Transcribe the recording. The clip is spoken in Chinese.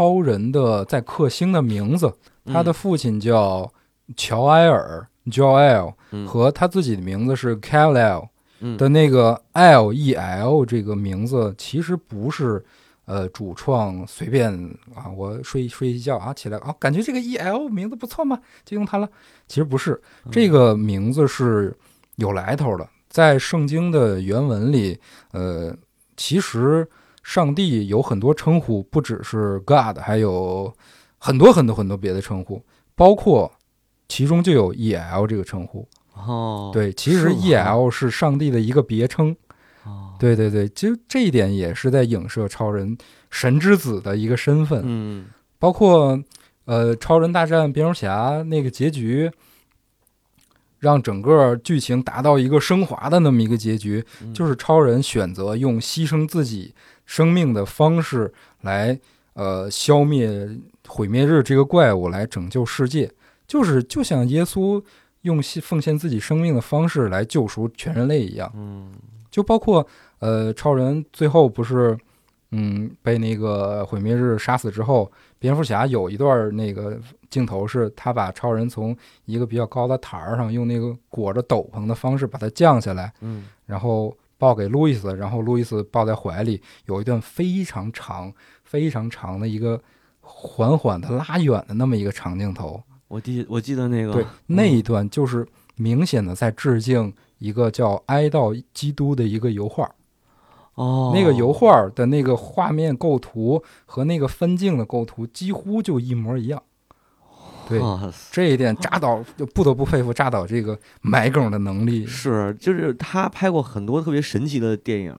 超人的在克星的名字，嗯他的父亲叫乔埃尔 （Joel） 嗯和他自己的名字是 k a l e l 嗯的那个 L E L 这个名字其实不是呃主创随便啊，我睡睡一觉啊起来啊，感觉这个 E L 名字不错嘛，就用它了。其实不是，这个名字是有来头的，在圣经的原文里，呃，其实上帝有很多称呼，不只是 God，还有很多很多很多别的称呼，包括其中就有 E L 这个称呼。哦，对，其实是吗 E L 是上帝的一个别称。哦，对对对，其实这一点也是在影射超人神之子的一个身份，嗯包括呃，超人大战蝙蝠侠那个结局，让整个剧情达到一个升华的那么一个结局，嗯就是超人选择用牺牲自己生命的方式来呃消灭毁灭日这个怪物，来拯救世界，就是就像耶稣用牺奉献自己生命的方式来救赎全人类一样。嗯就包括呃，超人最后不是嗯被那个毁灭日杀死之后，蝙蝠侠有一段那个镜头是他把超人从一个比较高的台儿上用那个裹着斗篷的方式把他降下来，嗯然后抱给路易斯，然后路易斯抱在怀里，有一段非常长、非常长的一个缓缓的拉远的那么一个长镜头。我记我记得那个对，那一段就是明显的在致敬一个叫《哀悼基督》的一个油画。哦那个油画的那个画面构图和那个分镜的构图几乎就一模一样。对哇塞这一点，扎导就不得不佩服扎导这个埋梗的能力。是，就是他拍过很多特别神奇的电影，